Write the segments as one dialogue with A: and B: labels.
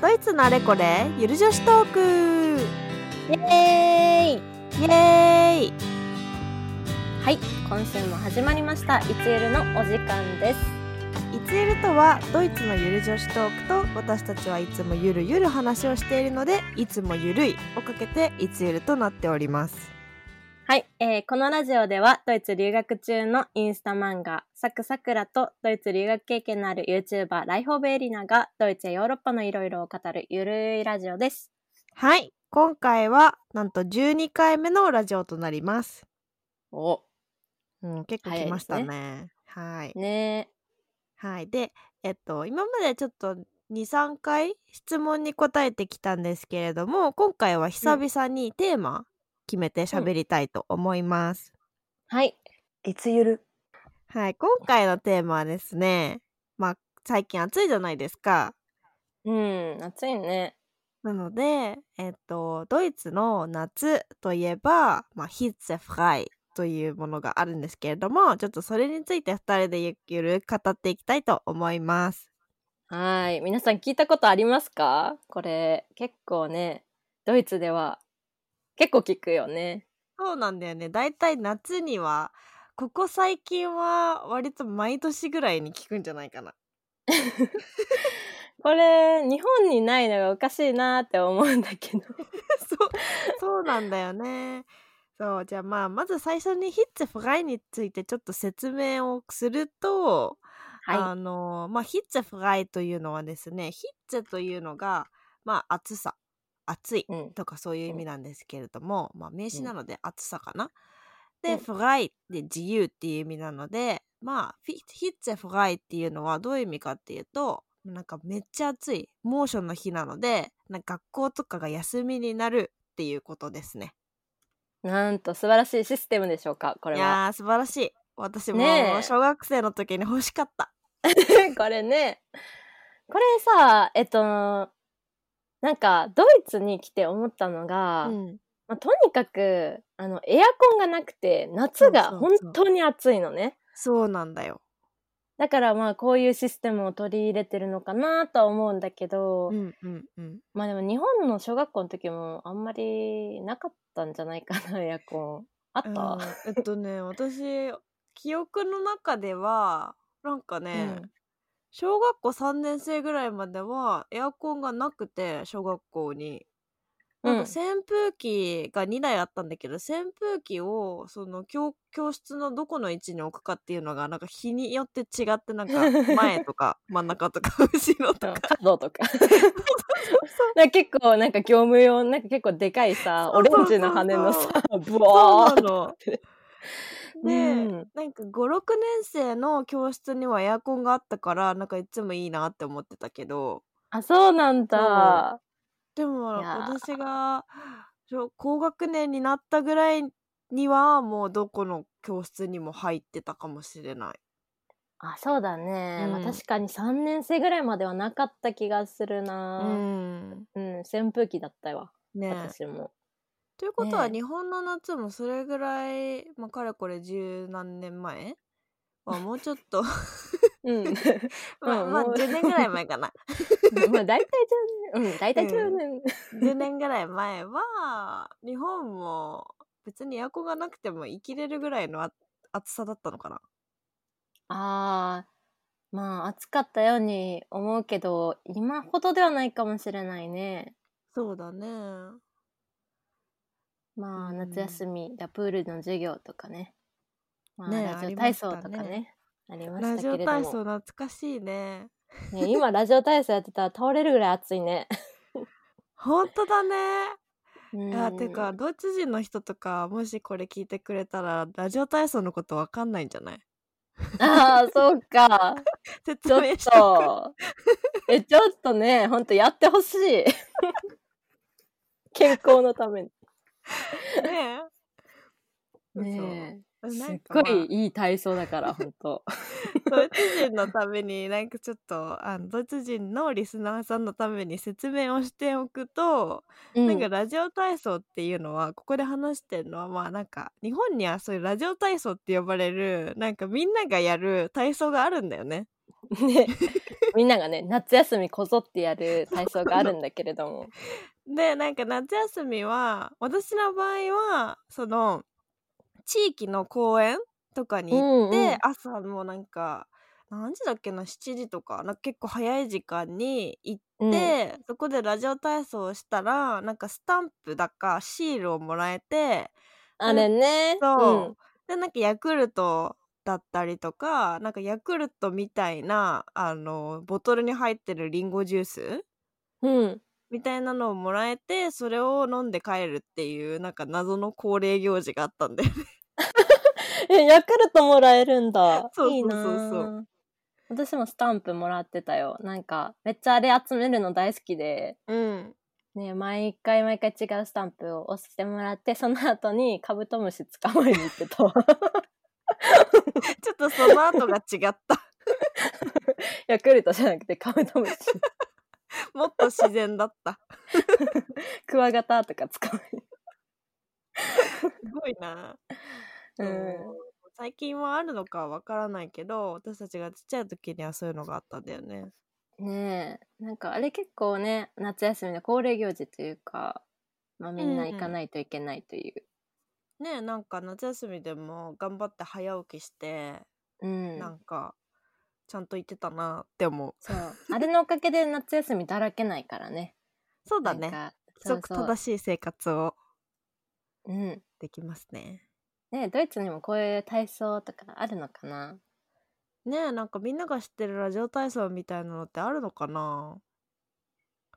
A: ドイツのあれこれゆる女子トーク
B: イエー
A: イ
B: イ
A: エーイ
B: はい今週も始まりました「いつゆる」のお時間です
A: いつゆるとはドイツのゆる女子トークと私たちはいつもゆるゆる話をしているのでいつもゆるいをかけていつゆるとなっております
B: はい、えーこのラジオではドイツ留学中のインスタ漫画「サクサクラ」とドイツ留学経験のある YouTuber ライホーベエリナがドイツやヨーロッパのいろいろを語るゆるいラジオです
A: はい今回はなんと12回目のラジオとなります
B: お
A: うん結構来ましたねはい
B: ね
A: はいでえっと今までちょっと23回質問に答えてきたんですけれども今回は久々にテーマ決めて喋りたいと思います、
B: はい
C: いつゆる
A: はい、今回のテーマはですね、まあ、最近暑いじゃないですか。
B: うん暑いね
A: なので、えっと、ドイツの夏といえば、まあ、ヒッツェフライというものがあるんですけれども、ちょっとそれについて二人でゆっくり語っていきたいと思います。
B: はい皆さん聞いたことありますかこれ結構ねドイツでは結構聞くよね
A: そうなんだよね。だいたい夏には、ここ最近は割と毎年ぐらいに聞くんじゃないかな。
B: これ日本にないのがおかしいなって思うんだけど
A: そう、そうなんだよね。そう、じゃあまあ、まず最初にヒッツェフライについてちょっと説明をすると、あの、まあ、ヒッツェフライというのはですね、ヒッツェというのが、まあ、暑さ、暑い
B: い、うん、
A: とかそういう意味なんですけれども、まあ、名詞なので暑さかな。
B: う
A: で、
B: ん
A: フライで自由っていう意味なので、まあ、フィヒッツェフライっていうのはどういう意味かっていうと、なんかめっちゃ暑い、猛暑の日なので、なんか学校とかが休みになるっていうことですね。
B: なんと素晴らしいシステムでしょうかこ
A: い
B: れは。
A: やー、素晴らしい。私も
B: ねえ
A: 小学生の時に欲しかった。
B: これね。これさえっとなんかドイツに来て思ったのが、
A: うん
B: まあ、とにかくあのエアコンがなくて夏が
A: そう
B: 本
A: そうそう
B: 当に暑いのね。
A: そうなんだよ。
B: だからまあこういうシステムを取り入れてるのかなとは思うんだけど、
A: うんうんうん。
B: まあでも日本の小学校の時もあんまりなかったんじゃないかなエアコン。あった、
A: うんえっとね私記憶の中ではなんかね、
B: うん
A: 小学校3年生ぐらいまではエアコンがなくて小学校に。なんか
B: うん
A: 扇風機が2台あったんだけど、扇風機をその教教室のどこの位置に置くかっていうのがなんか日によって違ってなんか前とか真ん中と か後ろとか
B: 角と か。なんか結構なんか業務用なんか結構でかいさ
A: そ
B: オ
A: うそ
B: レ
A: うそう
B: ンジの羽のさブ
A: そうな
B: ワーッ
A: の。
B: う
A: で、
B: ん
A: なんか56年生の教室にはエアコンがあったからなんかいつもいいなって思ってたけど
B: あそうなんだ
A: でも
B: いやー
A: 私が小高学年になったぐらいにはもうどこの教室にも入ってたかもしれない。
B: あそうだね、
A: うん
B: まあ、確かに3年生ぐらいまではなかった気がする
A: う
B: な、
A: ん
B: うん扇風機だったわ、
A: ね、
B: 私も
A: ということは
B: ね
A: 日本の夏もそれぐらい、まあ、かれこれ十何年 前はもうちょっと
B: うん
A: まあ、
B: うん
A: まあ、
B: もう
A: 10年ぐらい前かな
B: まあ大体10年うん大体10年、
A: 10年ぐらい前は日本も別にエアコンがなくても生きれるぐらいのあ暑さだったのかな
B: あーまあ暑かったように思うけど今ほどではないかもしれないね
A: そうだね
B: まあ
A: うん
B: 夏休みやプールの授業とかね、まあ、
A: ね
B: ラ
A: あ
B: ジ
A: り
B: オ
A: ま
B: 体
A: した
B: 操とかねありま
A: ラ
B: し
A: ジ
B: たけ
A: オ
B: れど
A: 体
B: も、
A: 操懐かしいね
B: ね、今ラジオ体操やってたら倒れるぐらい暑いね。
A: ほんとだね
B: うん
A: あてかドイツ人の人とかもしこれ聞いてくれたらラジオ体操のことわかんないんじゃない
B: ああそうか
A: 説
B: ちょっ
A: 明しと
B: とえちょっとねほんとやってほし い健康のために
A: くね
B: ね
A: え
B: えす
A: なん
B: っ
A: かま
B: ご
A: あ
B: いいい体操だからほんと
A: ドイツ人のためになんかちょっとあのドイツ人のリスナーさんのために説明をしておくと
B: う
A: なんか
B: ん
A: ラジオ体操っていうのはここで話してるのはまあなんか日本にはそういうラジオ体操って呼ばれるなんかみんながやる体操があるんだよね。
B: でみんながね夏休みこぞってやる体操があるんだけれども
A: でなんか夏休みは私の場合はその地域の公園とかに行って、
B: うんうん
A: 朝もなんか何時だっけな7時とかなんか結構早い時間に行って、そこでラジオ体操をしたらなんかスタンプだかシールをもらえて
B: あれね
A: そう、でなんかヤクルトだったりとかなんかヤクルトみたいなあのボトルに入ってるリンゴジュース
B: うん、うん、
A: みたいなのをもらえてそれを飲んで帰るっていうなんか謎の恒例行事があったんで
B: えヤクルトもらえるんだ
A: そうそうそうそう
B: いいなぁ私もスタンプもらってたよなんかめっちゃあれ集めるの大好きで
A: うん
B: ね毎回毎回違うスタンプを押してもらってその後にカブトムシ捕まえに行って たわ
A: ちょっとその後が違った
B: ヤクルトじゃなくてカブトムシ
A: もっと自然だった
B: クワガタとか捕まえに
A: すごいな、
B: う
A: そ
B: ん
A: う最近はあるのかわからないけど私たちがちっちゃい時にはそういうのがあったんだよね
B: ねえなんかあれ結構ね夏休みの恒例行事というか、まあ、みんな行かないといけないという、
A: ねえなんか夏休みでも頑張って早起きして、
B: うん
A: なんかちゃんと行ってたなって思う
B: そうあれのおかげで夏休みだらけないからね
A: そうだ
B: なん
A: ね
B: か
A: 規則
B: そうそう
A: 正しい生活を
B: うん
A: できますね
B: ねえドイツにもこういう体操とかあるのかな
A: ねえなんかみんなが知ってるラジオ体操みたいなのってあるのかな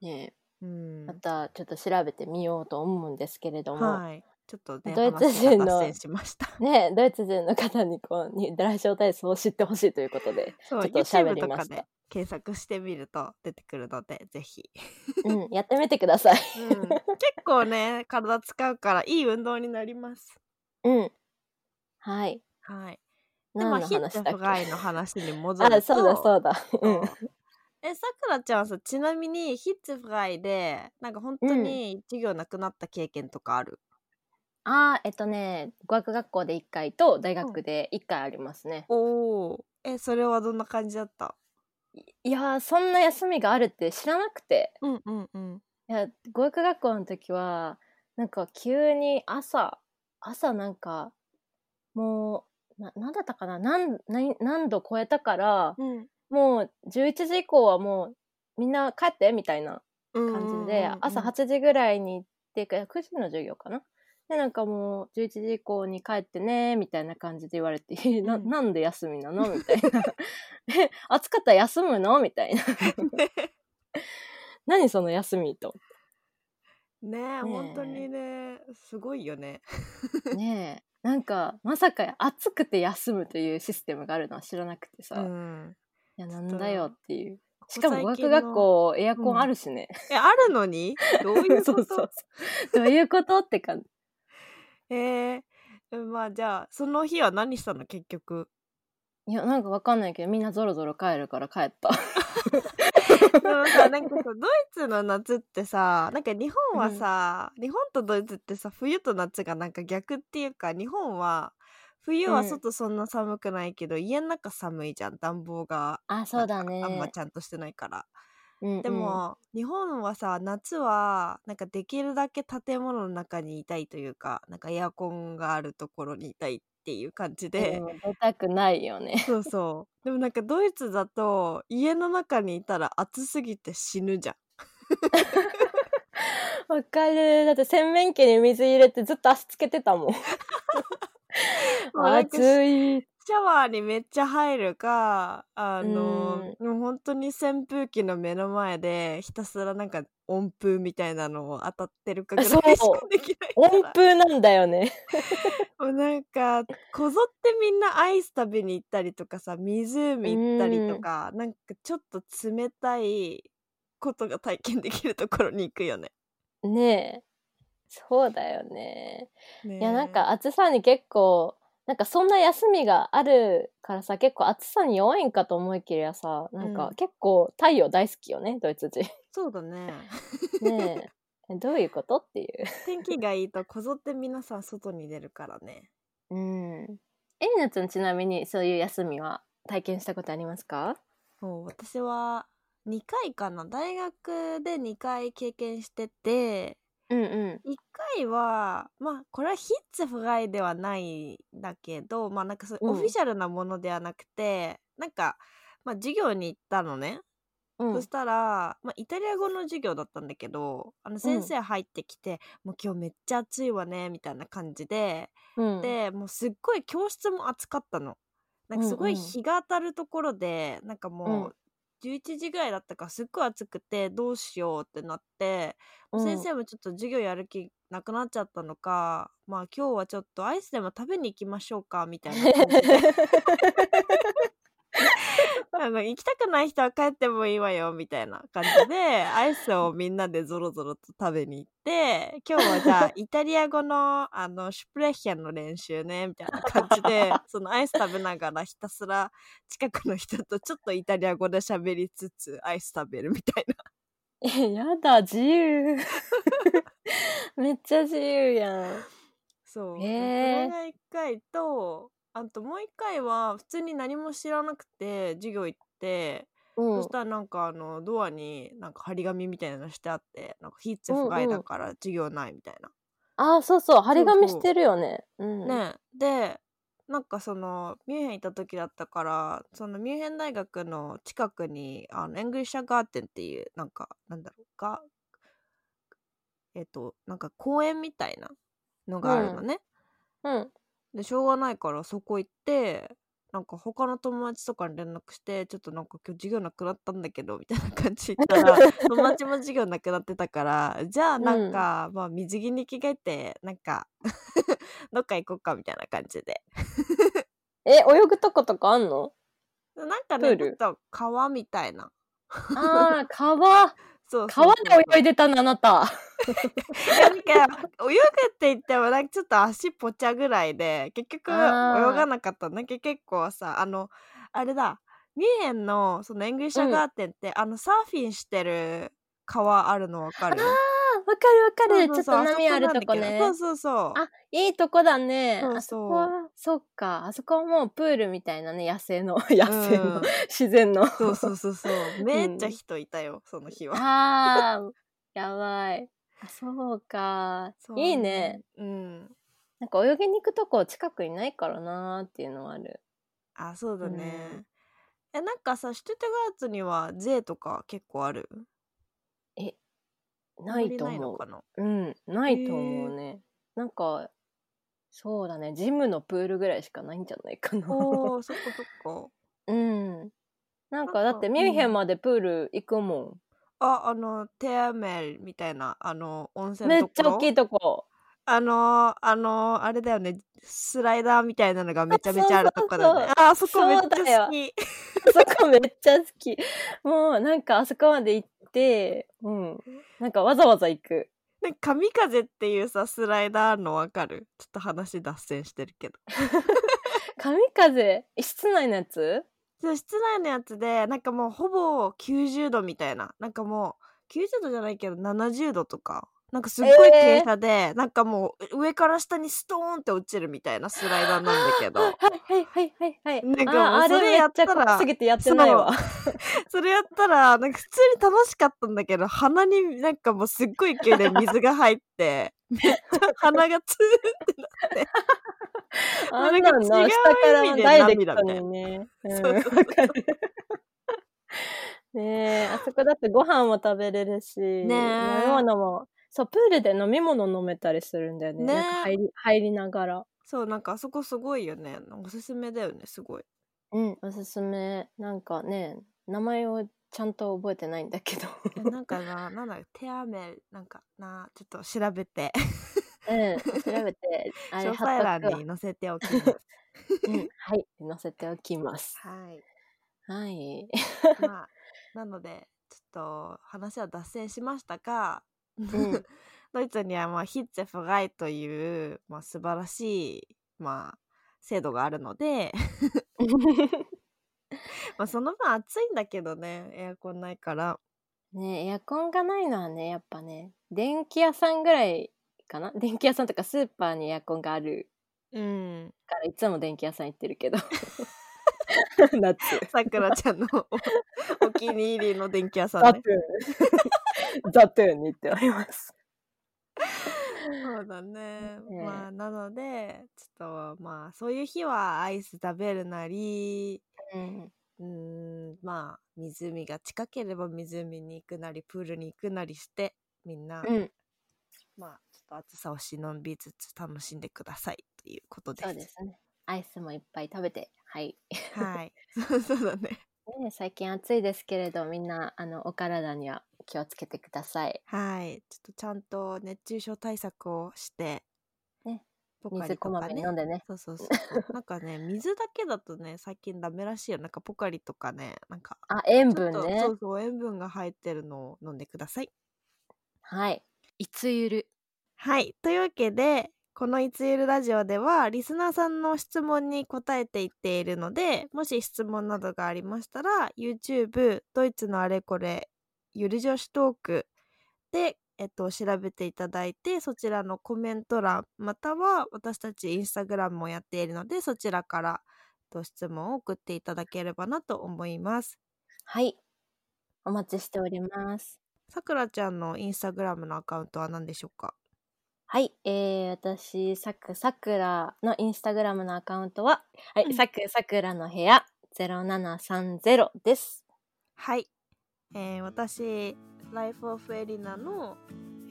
B: ね
A: うん
B: えまたちょっと調べてみようと思うんですけれども、
A: はいちょっとね
B: ドイツ
A: 話
B: 人
A: が
B: の
A: 脱線しました
B: ねえドイツ人の方にこうにラジオ体操を知ってほしいということ で、
A: そう
B: ちょっと喋
A: YouTube
B: り
A: と
B: ま
A: か
B: した
A: で検索してみると出てくるのでぜひ、
B: うん、やってみてください。
A: うん、結構ね体使うからいい運動になります
B: うん、はい。
A: はいでまあ
B: 何の
A: ヒッ
B: 話だ
A: チ
B: っ
A: フラ
B: け
A: イの話に戻
B: あ
A: ると
B: そうだそうだ。うん
A: えさくらちゃんさちなみにヒッツフライでなんか本当に授業なくなった経験とかある、
B: あーえっとね語学学校で1回と大学で1回ありますね。
A: おおえそれはどんな感じだった
B: いやーそんな休みがあるって知らなくて
A: うんうんうん
B: いや語学学校の時はなんか急に朝朝なんかもうななんだったかな何何何度超えたから
A: うん
B: もう11時以降はもうみんな帰ってみたいな感じで、朝8時ぐらいに行ってか9時の授業かなでなんかもう11時以降に帰ってねみたいな感じで言われて「な
A: うん
B: なんで休み なの?」みたいな「え暑かったら休むの?」みたいな 「何その休み」と。
A: ねえ
B: え
A: 本当にねすごいよね
B: ねえなんかまさか暑くて休むというシステムがあるのは知らなくてさ、
A: う
B: い
A: ん
B: や
A: ちょ
B: な
A: っと
B: んだよっていう。
A: こ
B: しかも
A: 最
B: 語学
A: 近の
B: 学校エアコンあるしね。
A: えあるのにどういうこ
B: そ
A: と
B: うそうそう。どういうことって感じ。
A: えー、まあじゃあその日は何したの結局
B: いやなんかわかんないけどみんなゾロゾロ帰るから帰った。
A: でもさなんかさドイツの夏ってさなんか日本はさ、日本とドイツってさ冬と夏がなんか逆っていうか日本は冬は外そんな寒くないけど、家の中寒いじゃん暖房が
B: あそうだね。
A: あんまちゃんとしてないから。
B: うんうん
A: でも、日本はさ夏はなんかできるだけ建物の中にいたいというかなんかエアコンがあるところにいたいっていう感じで、
B: も出たくないよね。
A: そうそうでもなんかドイツだと家の中にいたら暑すぎて死ぬ じゃん。
B: わかる。だって洗面器に水入れてずっと足つけてたもん。
A: もうなんか
B: 暑い。
A: シャワーにめっちゃ入るかあの
B: う
A: もう本当に扇風機の目の前でひたすらなんか温風みたいなのを当たってるかぐらいし
B: そう
A: かできないから
B: 温風なんだよね。
A: もうなんかこぞってみんなアイス食べに行ったりとかさ湖行ったりとか、なんかちょっと冷たいことが体験できるところに行くよね。
B: ねえ。そうだよね。
A: ね
B: いやなんか暑さに結構なんかそんな休みがあるからさ結構暑さに弱いんかと思いきやさなん
A: う
B: か
A: ん
B: 結構太陽大好きよねドイツ人。
A: そうだね。
B: ねえ。どういうことっていう。
A: 天気がいいとこぞって皆さん外に出るからね
B: うん。エリナちゃんちなみにそういう休みは体験したことありますか
A: そう私は2回かな大学で2回経験してて
B: うんうん。
A: 1回はまあこれはヒッツ不外ではないんだけどまあなんかそう
B: うん
A: オフィシャルなものではなくて、なんか、まあ、授業に行ったのね、
B: うん
A: そしたら、まあ、イタリア語の授業だったんだけどあの先生入ってきて、もう今日めっちゃ暑いわねみたいな感じで、
B: うん、
A: でもうすっごい教室も暑かったの。なんかすご
B: う
A: い
B: んうん
A: 日が当たるところで、なんかも
B: うん
A: う11時ぐらいだったからすっごい暑くてどうしようってなって、
B: うん
A: 先生もちょっと授業やる気なくなっちゃったのかまあ今日はちょっとアイスでも食べに行きましょうかみたいな 感じで あの行きたくない人は帰ってもいいわよみたいな感じでアイスをみんなでぞろぞろと食べに行って今日はじゃあイタリア語のあのシュプレッヒャンの練習ねみたいな感じ でそのアイス食べながらひたすら近くの人とちょっとイタリア語で喋りつつアイス食べるみたいな。
B: えやだ、自由。めっちゃ自由やん。
A: そう。
B: へ
A: それ
B: ー
A: が一回と、あともう一回は普通に何も知らなくて授業行って、
B: う
A: そしたらなんかあのドアになんか張り紙みたいなのしてあって、なんかヒッツ
B: うんう
A: 不
B: ん
A: 外だから授業ないみたいな。
B: あ、そうそう、張り紙
A: そうそう
B: してるよね。うん。
A: ねで、なんかそのミュンヘン行った時だったから、そのミュンヘン大学の近くにあのエングリッシャーガーテンっていうなんかなんだろうか、えっとなんか公園みたいなのがあるのね。
B: うん。
A: でしょうがないからそこ行ってなんか他の友達とかに連絡してちょっとなんか今日授業なくなったんだけどみたいな感じで言ったら友達も授業なくなってたからじゃあなんか、まあ水着に着替えてなんか どっか行こうかみたいな感じで
B: え、泳ぐとことかあんの
A: なんか
B: プー
A: ねちょっ
B: ル
A: と川みたいな
B: ああ、川。
A: そうそう
B: 川
A: そう
B: で泳いでたの、あなた。
A: いやなんか泳ぐって言ってもなんかちょっと足ぽちゃぐらいで結局泳
B: あー
A: がなかったんだけど結構さあのあれだミュンヘンのそのエングリッシャーガーテンって、あのサーフィンしてる川あるのわかる
B: ああ、わかるわかる。
A: そう
B: ちょ
A: そ
B: っ
A: うそう
B: と波あるとこ
A: あそなんだけ
B: ね
A: ど。そうそうそう
B: あ、いいとこだね。
A: そうそう
B: あそこは、そっか。あそこはもうプールみたいなね、野生の、 野生の、
A: うん
B: 自然の。
A: そうそうそう そうめっちゃ人いたよ、その日は
B: ああ、やばい。あ、そうか。
A: そう
B: いいね。
A: うん
B: なんか泳ぎに行くとこ近くにないからなーっていうのはある。
A: あそうだね、
B: うん
A: えなんかさシュトゥテガーツには税とか結構ある
B: ないと
A: あんまりないの
B: 思
A: かな
B: う。うん、ないと思うね。なんか、そうだね。ジムのプールぐらいしかないんじゃないかな。
A: おーそっかそっか
B: うん。な
A: な
B: んか
A: んか
B: だってミュンヘンまでプール行くも
A: あ、あの、テアメルみたいな、あの、温
B: ん。
A: 泉
B: めっ
A: のと
B: ち
A: こ
B: ゃ
A: ろ
B: 大きいとこ。
A: あの、あの、あれだよね、スライダーみたいなのがめちゃめちゃあるとこだよね。あ、そこめっちゃ好き。
B: あ そこめっちゃ好き。もうなんかあそこまで行って、うん。なんかわざわざ行く。
A: なんか神風っていうさ、スライダーあるのわかるちょっと話脱線してるけど。
B: 神風、室内のやつ
A: そう室内のやつで、なんかもうほぼ90度みたいな。なんかもう、90度じゃないけど70度とか。なんかすっごい傾斜で、なんかもう上から下にストーンって落ちるみたいなスライダーなんだけど。
B: はいはいはいはいはい。
A: なんかもう
B: あー
A: それやったら
B: あれめっちゃ怖すぎてやってないわ。
A: それやったら、なんか普通に楽しかったんだけど、鼻になんかもうすっごい勢いで水が入って、 めっちゃ鼻がツ
B: あんなんな、下からダイレクトにね。うん
A: ー
B: わ
A: ンそ
B: か
A: う
B: る
A: そうそう。
B: ねえ、あそこだってご飯も食べれるし、飲
A: ねえ
B: み物も。そう、プールで飲み物飲めたりするんだよね。
A: ねえ
B: なんか入り入りながら。
A: そう、なんかあそこすごいよね。おすすめだよね、すごい。
B: うん、おすすめ。なんかね、名前をちゃんと覚えてないんだけど。
A: えなんかな、なんだテアメル、なんかな、ちょっと調べて、
B: うん、調べて、 あれ、
A: 詳
B: 貼
A: 細
B: っ
A: 欄
B: とくわ
A: に載せておきます。
B: うん、はい、載せておきます。
A: はい。
B: はい。
A: まあ、なので、ちょっと話は脱線しましたが、
B: ん
A: ドイツには、まあ、ヒッツェフガイという、まあ、素晴らしい、まあ、制度があるの で、まあ、その分暑いんだけどね、エアコンないから。
B: ねエアコンがないのはねやっぱね電気屋さんぐらいかな電気屋さんとかスーパーにエアコンがある
A: うん。
B: からいつも電気屋さん行ってるけどナッツ。
A: さくらちゃんの おお気に入りの電気屋さ
B: ザ
A: ん
B: トゥ
A: ね。
B: ーン。 ザトゥーンに行っております。
A: そうだね。
B: ね
A: まあ、なので、ちょっとまあ、そういう日はアイス食べるなり、
B: うん。
A: うーん、まあ、湖が近ければ湖に行くなり、プールに行くなりして、みんな、
B: うん。
A: まあ、ちょっと暑さをしのびつつ楽しんでくださいということです。
B: そうですね。アイスもいっぱい食べて、はい。
A: はい。 そうそうだね。
B: ね、最近暑いですけれど、みんな、あの、お体には気をつけてください。
A: はい。ちょっとちゃんと熱中症対策をして、
B: ね、
A: ポカ
B: 水
A: リ
B: ことま
A: か
B: めに
A: ね
B: 飲。んでね。
A: そうそうそうそう。 なんかね、水だけだとね、最近ダメらしいよ。なんかポカリとかね、なんか、
B: あ、塩
A: ちょっ
B: 分
A: と
B: ね
A: そ。うそう、塩分が入ってるのを飲んでください。
B: はい。いつゆる。
A: はい。というわけで、このいつゆるラジオでは、リスナーさんの質問に答えていっているので、もし質問などがありましたら、YouTube、ドイツのあれこれ、ゆる女子トークで、えっと、調べていただいて、そちらのコメント欄、または私たちインスタグラムもやっているので、そちらから、えっと質問を送っていただければなと思います。
B: はい。お待ちしております。
A: さくらちゃんのインスタグラムのアカウントは何でしょうか
B: はい、えー、私、さくさくらのインスタグラムのアカウントは、は
A: うん
B: い、さくさくらの部屋0730です。
A: はい、えー私 Life of Elina の、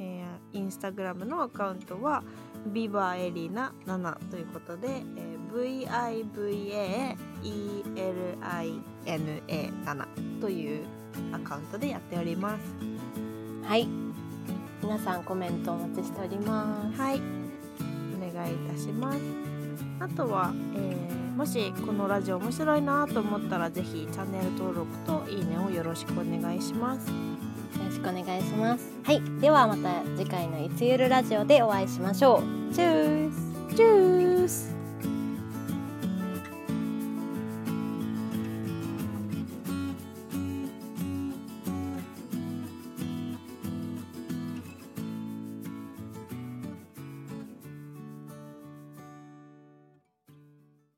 A: えーインスタグラムのアカウントは VivaElina7 ということで、えー VIVAELINA7 というアカウントでやっております
B: はい。皆さんコメントお待ちしております。
A: はいお願いいたしますあとは、えーもしこのラジオ面白いなと思ったらぜひチャンネル登録といいねをよろしくお願いします
B: よろしくお願いします。はい、ではまた次回のいつゆるラジオでお会いしましょう。チュース
A: チュース